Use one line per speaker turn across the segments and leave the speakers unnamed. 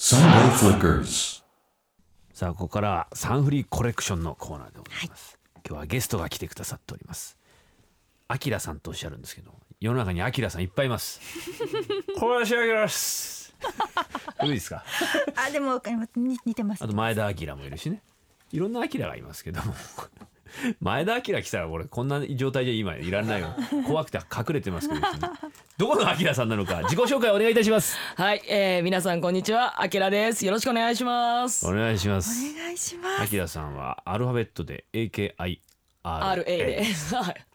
Sunday Flickers.
さあここからはサンフリーコレクションのコーナーでございます、今日はゲストが来てくださっておりますアキラさんとおっしゃるんですけど世の中にアキラさんいっぱいいます 小林アキラです古いですか
あでもわかりますに似てます
あと前田明もいるしねいろんなアキラがいますけども 前田明来たら俺こんな状態じゃ今いられないよ怖くて隠れてますけど、別にどこのアキラさんなのか自己紹介お願いいたします
はい、えー、皆さんこんにちは、あきらです。よろしくお願いします
お。願いします
お願いしま
ア
す
キラさんはアルファベットで AKIRA
R A です。 はい。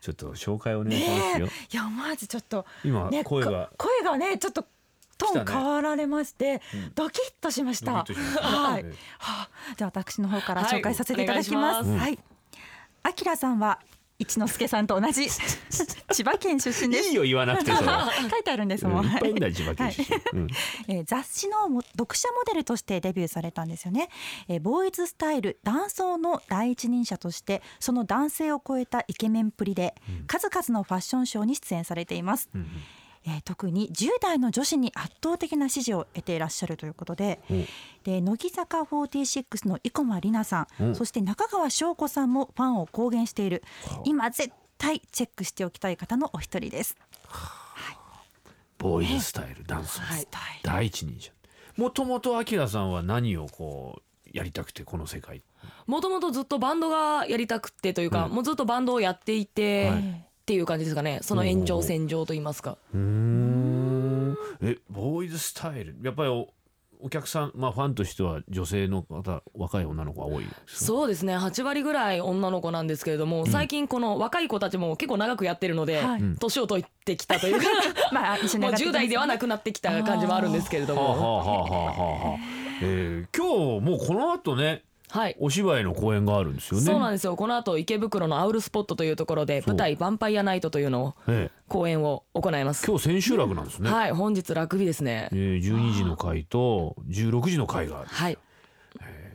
ちょっと紹介お願いしますよ、
いや思わずちょっと
今
ね
声が
こ声がねちょっとトーン
来たね
変わられまして、ドキッとしまし
ド
た
キッとしました
はい、
ええ
はあ、じゃあ私の方から
はい
紹介させていただきます,、
お
はいあきらさんは一之輔さんと 同じ千葉県出身で
い
す
いよ言わなくてそれは
書いてあるんです
うん
もん、
いっぱいいんだ
は
よ千葉県出身、うん
えー雑誌のも読者モデルとしてデビューされたんですよね、えーボーイズスタイル男装の第一人者としてその男性を超えたイケメンっぷりで、数々のファッションショーに出演されています、
うん
えー特に10代の女子に圧倒的な支持を得ていらっしゃるということで
うん
で乃木坂46の生駒里奈さん、
うん
そして中川翔子さんもファンを公言している今絶対チェックしておきたい方のお一人です。
ボーイズスタイルダンス、
はい
第一人者もともとアキラさんは何をこうやりたくてこの世界
もともとずっとバンドがやりたくてというか、
うん
もうずっとバンドをやっていて、
はい
っていう感じですかね。その延長線上と言いますか。
うーんえボーイズスタイルやっぱりおお客さんまあファンとしては女性の方若い女の子が多いですね
そうですね。8割ぐらい女の子なんですけれども、最近この若い子たちも結構長くやってるので、
はい
うん
年を取ってきたとい うか、
まあ一緒に上
もう
がってき
10
ます
代ではなくなってきた感じもあるんですけれど
はあは
も、
あはあはあはあはあえー今日もうこの後ね
はい。
お芝居の公演があるんですよね
そうなん
で
ですよこの後池袋のアウルスポットというところで
そう
舞台「ヴァンパイアナイト」というのを
す、ええ
公演を行います
今日千秋楽なんですね、
はい、本日楽日ですね
え。ー、12時の回と16時の回がある
はい、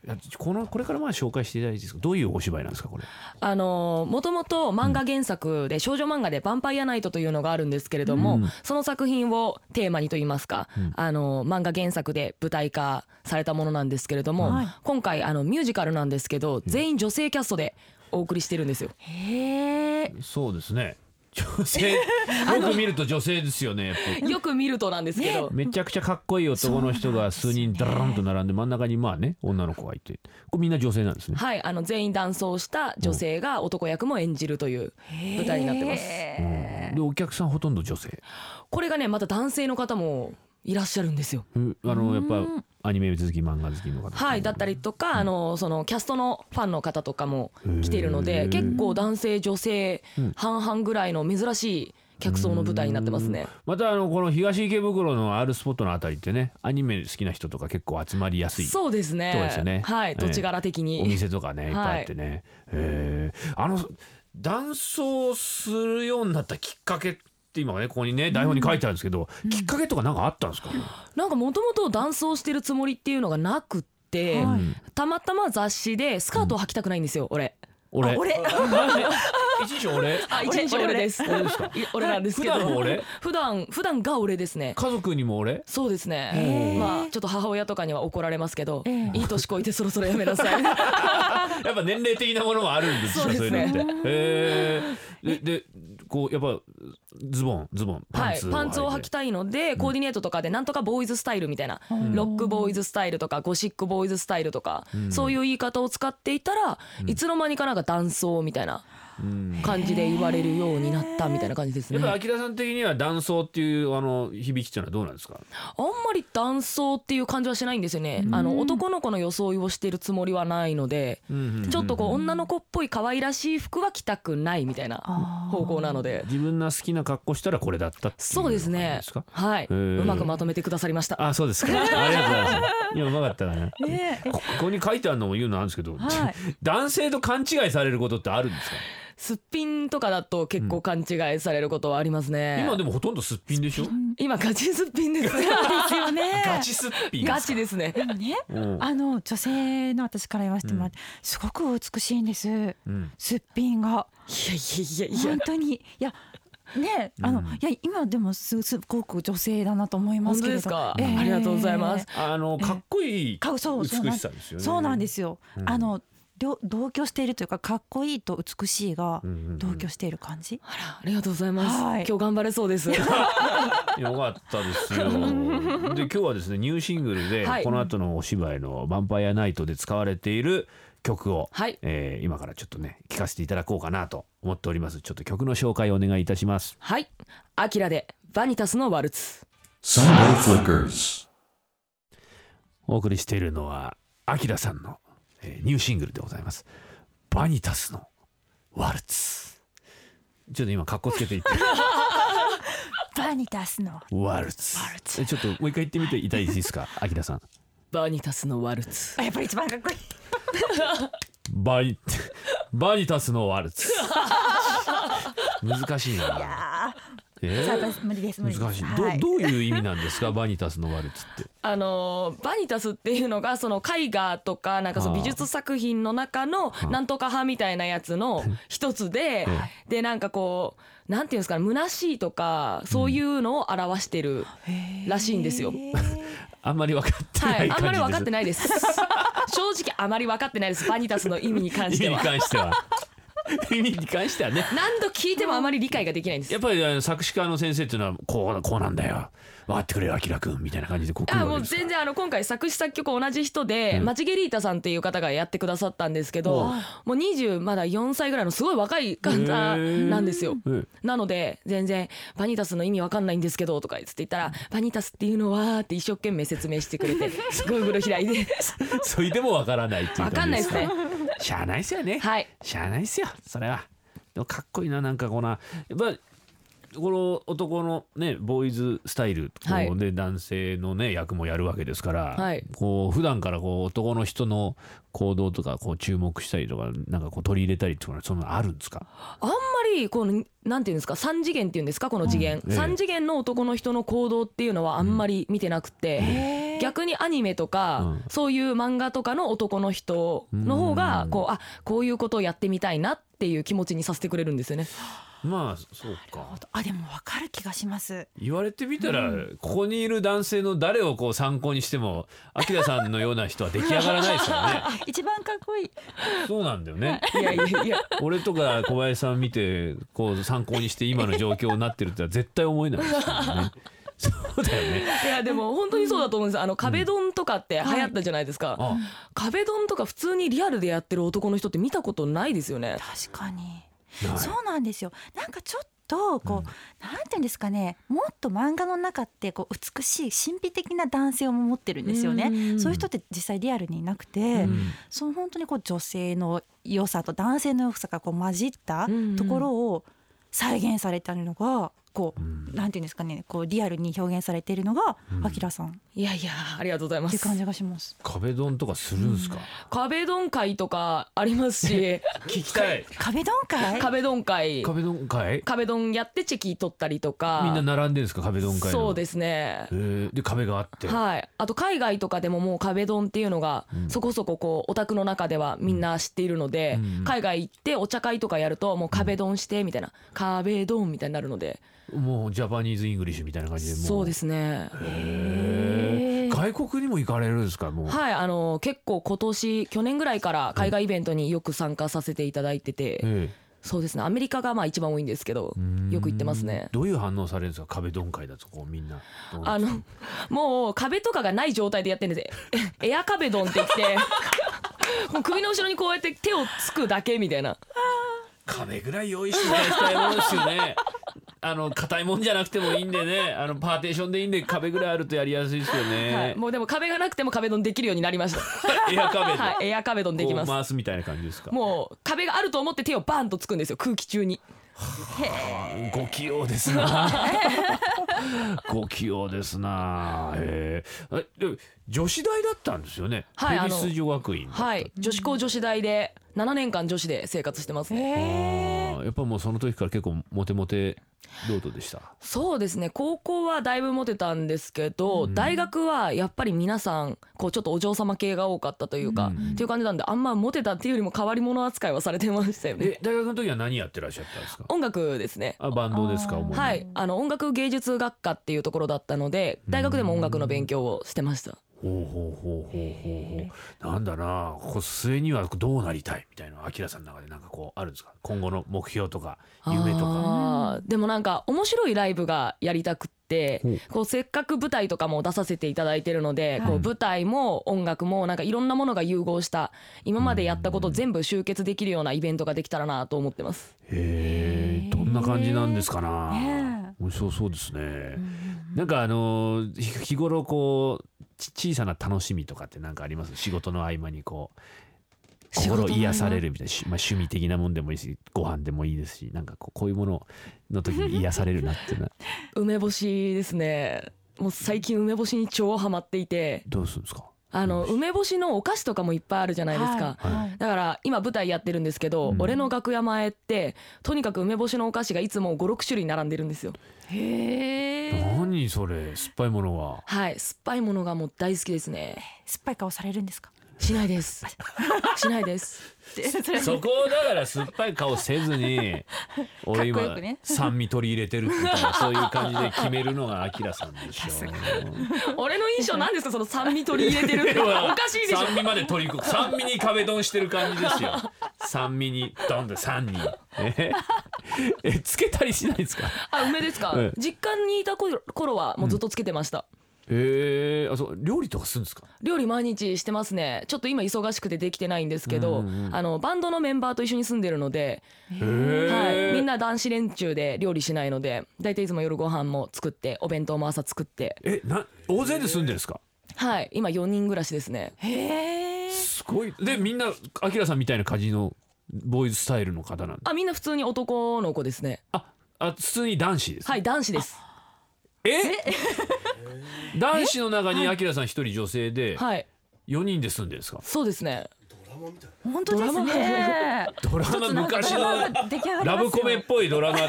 あこのこれからまあ紹介していただいていいですかどういうお芝居なんですかこれ
あのもともと漫画原作で少女漫画で「ヴァンパイアナイト」というのがあるんですけれども、
うん
その作品をテーマにといいますか、
ん
あの漫画原作で舞台化されたものなんですけれども、
はい
今回あのミュージカルなんですけど全員女性キャストでお送りしてるんですよ。
へえ。
そうですね女性よく見ると女性ですよねやっぱり
よく見るとなんですけど、
めちゃくちゃかっこいい男の人が数人ダランと並んで真ん中にまあね女の子がいてこれみんな女性なんですね。
はい、あの全員男装した女性が男役も演じるという舞台になってます。
うんでお客さんほとんど女性。
これがねまた男性の方もいらっしゃるんですよ。
うあのやっぱアニメ好き漫画好きの方。
はい、だったりとか、あのそのキャストのファンの方とかも来ているの
へ
で
ー
結構男性女性半々ぐらいの珍しい客層の舞台になってますね。
またあのこの東池袋の R スポットのあたりってねアニメ好きな人とか結構集まりやすい
そうですね
そうですよね
はい土地柄的に、
お店とかねいっぱい
は
あ
い
ってね。えーあの男装するようになったきっかけって今ねここにね台本に書いてあるんですけど、きっかけとかなんかあったんですか、
なんかもともと男装してるつもりっていうのがなくって、
はい
うん
たまたま雑誌でスカートを履きたくないんですよ、俺。
俺
あ俺
マジ 一時俺
あ一日俺です
俺ですか
い俺なんですけど
普段も俺
普段普段が俺ですね
家族にも俺
そうです
へ
ね
ー。
まあちょっと母親とかには怒られますけど、
ええ
いい年こいてそろそろやめなさい。
やっぱ年齢的なものもあるんですよ
そうですね
そういうのってへーででこうやっぱズボンズボンパ
は
ン
い
ツ、、
パンツを履き
い
たいので、コーディネートとかでなんとかボーイズスタイルみたいな、
うん
ロックボーイズスタイルとかゴシックボーイズスタイルとか、そういう言い方を使っていたら、いつの間にかなんか男装みたいな感じで言われるようになったみたいな感じです
や
ね。
っぱ
あん
秋田さん的には男装っていうあの響きっていうのはどうなんですか
まり男装っていう感じはしないんですよね。あの男の子の装いをしてるつもりはないので、ちょっとこう女の子っぽい可愛らしい服は着たくないみたいな方向なので。
自分の好きな格好したらこれだったっていう
そうです
感じ
ね
ですか。
はい、
へー
うまくまとめてくださりました。
あそう ですかありがとうございます今うまかったかな
ねえ
こここに書いてあるのも言うのなんですけど、
はい
男性と勘違いされることってあるんですか
すっぴんとかだと結構勘違いされることはありますね。
今でもほとんどすっぴんでしょ
今ガチすっぴんです。
ですよね。
ガチすっぴん
ガチですね。
でもね、
うん
あの女性の私から言わせてもらって、すごく美しいんです。
うん
すっぴんが
いやいやいやいや
本。当にいやねあの、
うん
いや今でもすすごく女性だなと思いま
本
す
当
けれど
ですか、
ええ
ありがとうございます
あのかっこいい
かそう
美
そうなん
しさですよね。
そうなんですよ、
うん
あの両同居しているというかかっこいいと美しいが
うんうんうん
同居している感じ、
あらありがとうございます
はい
今日頑張れそうです
よかったです よ。で今日はですねニューシングルで、
はい
この後のお芝居の「ヴァンパイアナイト」で使われている曲を、
はい
えー今からちょっとね聞かせていただこうかなと思っております。ちょっと曲の紹介をお願いいたします。
はいアキラでバニタスのワルツ
Sunday Flickers.
お送りしているのはアキラさんの、えーニューシングルでございます。バニタスのワルツ。ちょっと今かっこつけていって。
バニタスの
ワルツ。えちょっともう一回言ってみていただいていいですか、アキラさん。
バニタスのワルツ
あやっぱり一番かっこいい
バニ バニタスのワルツ。難しいな。
あ
え
ー
ー
さあ無理です無理です
難しい。
はい
どどういう意味なんですか、バニタスのワルツって。
あのーバニタスっていうのがその絵画とかなんかその
あー
美術作品の中のなんとか派みたいなやつの一つで
え
でなんかこうなんていうんですかね虚しいとかそういうのを表してるらしいんです
へ
よ。
ー
あんまり分かって
は
ない
い、
感
あ
じです。
んまり分かってないです。正直あまり分かってないです。バニタスの意味に関し
意
て
味に
は。
関しては。意味に関してはね。
何度聞いてもあまり理解ができないんです
やっ。ぱりあの作詞家の先生っていうのはこうこうなんだよ分かってくれよ明君みたいな感じでこう来る
あ
わ
も
け
う
ですか
全然あの今回作詞作曲同じ人で、
うん
マチゲリータさんっていう方がやってくださったんですけ
う
ど
ん
もう20まだ4歳ぐらいのすごい若い方
ー
なんですよ。
うん
なので全然「バニタスの意味わかんないんですけど」とか言って言ったら「バニタスっていうのは」って一生懸命説明してく れて Google 開いて
それでも分からないっていう
わか
感
ん
じ
ない
で
ですす
か
ね。
しゃあないっすよね
はい
しゃあないっすよそれはでもかっこいいななんかこうなやっぱこの男のねボーイズスタイルこう
はい
で男性のね役もやるわけですから、
はい
こう普段からこう男の人の行動とかこう注目したりとかなんかこう取り入れたりとかそういうのあるんですか
あんまりこのなんていうんですか三次元っていうんですかこの次元、
うんええ
三次元の男の人の行動っていうのはあんまり見てなくて、
へー
逆にアニメとか、
うん
そういう漫画とかの男の人の方がこうあこういうことをやってみたいなっていう気持ちにさせてくれるんですよね。
まあそうか
あでもわかる気がし ます
言われてみたら、ここにいる男性の誰をこう参考にしてもアキラさんのような人は出来上がらないですよ ね
一番かっこいい
そうなんだよね
いやいやいや
俺とか小林さん見てこう参考にして今の状況になってるってのは絶対思えないですよ ね。そうだよね。
いやでも本当にそうだと思うんですあの壁ドンとかって流行ったじゃないですか、
あ、
壁ドンとか普通にリアルでやってる男の人って見たことないですよね。
確かに
ない
そうなんですよなんかちょっとこう、
うん
なんていうんですかねもっと漫画の中ってこう美しい神秘的な男性を持ってるんですよね、
うん
そういう人って実際リアルにいなくて、
ん
その本当にこう女性の良さと男性の良さがこう混じった
うん
ところを再現されたのがこう、
うん
なんていうんですかねこうリアルに表現されているのが
うん
あきらさんっ
いやいやありがとうございま
ていう
す
感。じがします。
壁ドンとかするんですか。
壁ドン会とかあります し
聞きたい。
壁ドン会
壁ドン会
壁ドン会？
壁ドンやってチェキ取ったりとか
みんな並んでるんですか壁ドン会の。。
そうですすね
で壁があって。
はいあと海外とかでももう壁ドンっていうのが
うん
そこそここうオタクの中ではみんな知っているので、
うん
海外行ってお茶会とかやるともう壁ドンしてみたいな、壁ドンみたいになるので
もうジャパニーズイングリッシュみたいな感じでも。
そうですすね
へー外国にも行かれるんですかもう。
はいあの結構今年去年ぐらいから海外イベントによく参加させていただいてて、
え
そうですねアメリカがまあ一番多いんですけど
えうん
よく行ってますね
どういう反応されるんですか壁ドン会だとこうみんな。
あのもう壁とかがない状態でやってるんです えエア壁ドンって言って もう首の後ろにこうやって手をつくだけみたいな
壁ぐらい用意していただきたいもんですよね。 あの硬いもんじゃなくてもいいんでね、あのパーテーションでいいんで壁ぐらいあるとやりやすいですよ
はい、
ね。
もうでも壁がなくても壁ドンできるようになりまし
エア壁
た、はい、
で。
エア壁ドンで
こ
き
う
ます
回すみたいな感じですか。
もう壁があると思って手をバンとつくんですよ空気中に
ご器用です な。ご器用ですな。へええでも女子大だったんですよね。
はい
恵比寿女学院だった。
はい女子校女子大で7年間女子で生活してますね。
え
あーやっぱもうその時から結構モテモテロードでした。
そうですね高校はだいぶモテたんですけど、大学はやっぱり皆さんこうちょっとお嬢様系が多かったというか、っていう感じなんであんまモテたっていうよりも変わり者扱いはされてましたよね
え大学の時は何やってらっしゃったんですか。
音楽ですね
あバンドですか
あー
主に。
はいあの音楽芸術学科っていうところだったので大学でも音楽の勉強をしてました、
ほうほうほうほうほうほう。なんだなこう末にはどうなりたいみたいなアキラさんの中でなんかこうあるんですか。今後の目標とか夢とか。
あーでもなんか面白いライブがやりたくって
ほう
こうせっかく舞台とかも出させていただいてるので、
はい
こう舞台も音楽もなんかいろんなものが融合した今までやったこと全部集結できるようなイベントができたらなと思ってます。
へえどんな感じなんですかな、
ね
面白そうですね、なんかあのーひ日頃こうち小さな楽しみとかってなんかあります仕事の合間にこう
仕事
心
の合間
癒されるみたいな、しまあ、趣味的なもんでもいいしご飯でもいいですしなんかこうこういうものの時に癒されるなっていうのは
梅干しですねもう最近梅干しに超ハマっていて
どうするんですか
あの梅干しのお菓子とかもいっぱいあるじゃないですか、
はいはい
だから今舞台やってるんですけど、
うん
俺の楽屋前ってとにかく梅干しのお菓子がいつも56種類並んでるんですよ
へえ
何それ酸っぱいものは
はい酸っぱいものがもう大好きですね
酸っぱい顔されるんですか
しないです しないです
そこをだから酸っぱい顔せずに 俺
かっこよ
今、
くね
酸味取り入れてるみたいなそういう感じで決めるのがアキラさん でしょ。
俺の印象なんですかその酸味取り入れてる おかしいでしょ
酸味まで取り込む酸味に壁ドンしてる感じですよ。酸味にドンで酸に。 ええつけたりしないですか。
あ梅ですか、
ええ
実家にいた頃頃はもうずっとつけてました、
ええあそう料理とかするんですか。
料理毎日してますねちょっと今忙しくてできてないんですけど、
うんうんうん
あのバンドのメンバーと一緒に住んでるので、
え
はい、みん
な。
な男子連中で料理しないので大体いつも夜ご飯も作ってお弁当も朝作って
えな大勢で住んでるんですか。
はい今4人暮らしですね
へえ
すごい。でみんなアキラさんみたいな感じのボーイズスタイルの方なんだ。
あみんな普通に男の子ですね
ああ普通に男子です。
はい男子です
え男子の中にアキラさん一人女性で
はい
4人で住んでるんですか
そうですね
本当ですね
ドラマ昔の
ドラ マが出来上がりますよ
ラブコメっぽいドラマ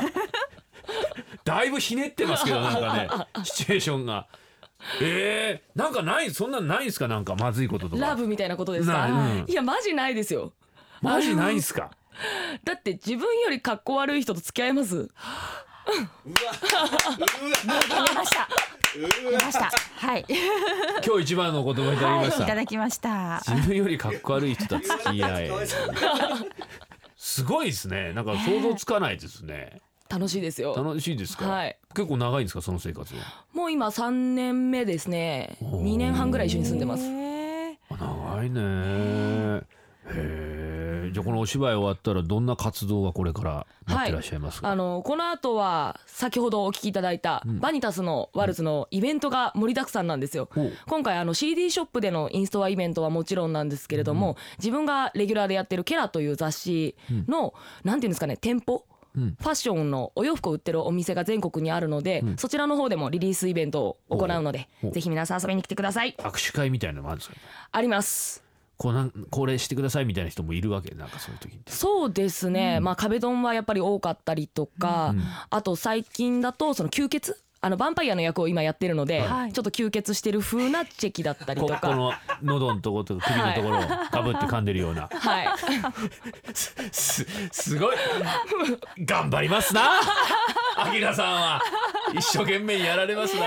だいぶひねってますけどなんかねシチュエーションがえー、なんかないそんなんないんすかなんかまずいこととか
ラブみたいなことです
な
か
いうん
いやマジないですよ
マジないんすか
だって自分より格好悪い人と付き合います
出ました出ましたはい
今日一番のお言葉いただきまし
はい
た、
いただきました
自分よりかっこ悪い人と付き合いすごいですねなんか想像つかないですね
楽しいですよ
楽しいですか、
はい
結構長いんですかその生活は
もう今3年目ですね
おー
2年半ぐらい一緒に住んでます
へえ
長いねへえじゃあこのお芝居終わったらどんな活動がこれから待ってらっしゃいますか、
あのこの後は先ほどお聞きいただいた
ん
バニタスのワルツのイベントが盛りだくさんなんですよ。
ほう
今回あの CD ショップでのインストアイベントはもちろんなんですけれども、自分がレギュラーでやってるケラという雑誌の、なんていうんですかね店舗
うん
ファッションのお洋服を売ってるお店が全国にあるので、そちらの方でもリリースイベントを行うので
おうおう
ぜひ皆さん遊びに来てください
握手会みたいなのもあるんですかね
あります
こうなんこれしてくださいみたいな人もいるわけなんかそういう時って
そうですね、まあ壁ドンはやっぱり多かったりとか、あと最近だとその吸血あのヴァンパイアの役を今やってるので、
はい
ちょっと吸血してる風なチェキだったりと
ここ
か。
の喉のとことか首のところを ガブって噛んでるような
はい、
すすごい頑張りますなアキラさんは一生懸命やられます な、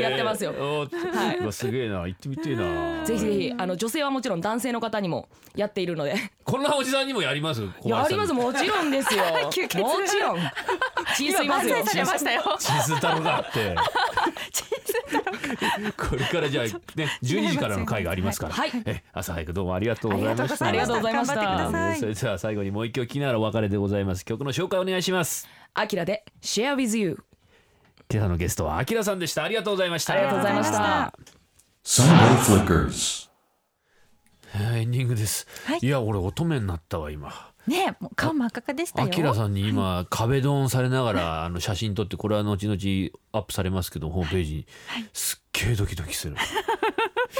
やってますよ
えーおー
はいう
わすげえな行ってみてえな
ぜひぜひあの女性はもちろん男性の方にもやっているので
こんなおじさんにもやります
いやありますもちろんですよ
吸血
も ちろん血吸いますよ
今万歳されましたよ
チーズ太郎があって。 これからじゃあね、12時からの会がありますから。
はい
え、朝早くどうもありがとうございました。
ありがとうございました
頑張って
それ
ください
では最後にもう一曲聴きながらお別れでございます。曲の紹介お願いします。
アキラで Share with you
今朝のゲストはあきらさんでした。ありがとうございました。
ありがとうございまし
ありがとうございました
た
Sunday Flickers.
はいエンディングです。
はい
い、や、俺乙女になったわ今。
ねえもう顔真っ赤でしたよ
あきらさんに今壁ドンされながらあの写真撮ってこれは後々アップされますけどホームページにすっげえドキドキするび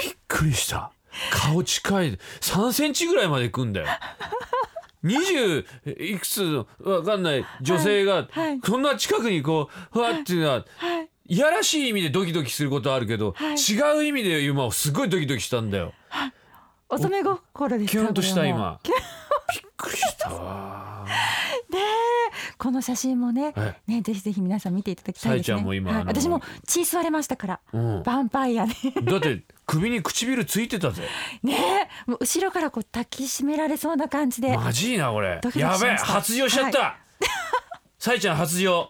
っくりした顔近い3センチぐらいまでいくんだよ20いくつのわかんない女性が
はいはい
こんな近くにこうふわっていうのは
はい
いやらしい意味でドキドキすることはあるけど、
はい
違う意味で今すごいドキドキしたんだよ
乙女心です
キ
か
ュンとした
これも
今びっくりしたわ
この写真もね
はい
ねぜひぜひ皆さん見ていただきたいです
さ
ね
えちゃんも今
はい
あの
私も血吸われましたから
うん、だ
ヴァンパイア
っ
で
て首に唇ついてたぜ
ねもう後ろからこう抱きしめられそうな感じでこ
マジいなこれ
ドキドキしま
や
した
べえ発情しちゃった、さえちゃん発情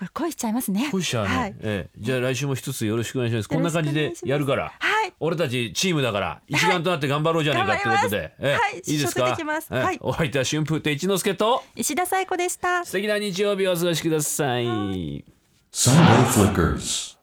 れ恋しちゃいますね
こいしゃね、
はい
ええ、じゃあ来週も一つよろしくお願いしますこ
よ
んな
ろしくお
感
願いします
じでやるから
はい
俺たちチームだから一丸となって頑張ろうじゃないかってことで、
はい
ええ
頑張ります
いですか
はい一緒出てきます
ええ
はい
お相手は春風亭一之輔と
石田紗友子でした
素敵な日曜日をお過ごしください
Sunday Flickers.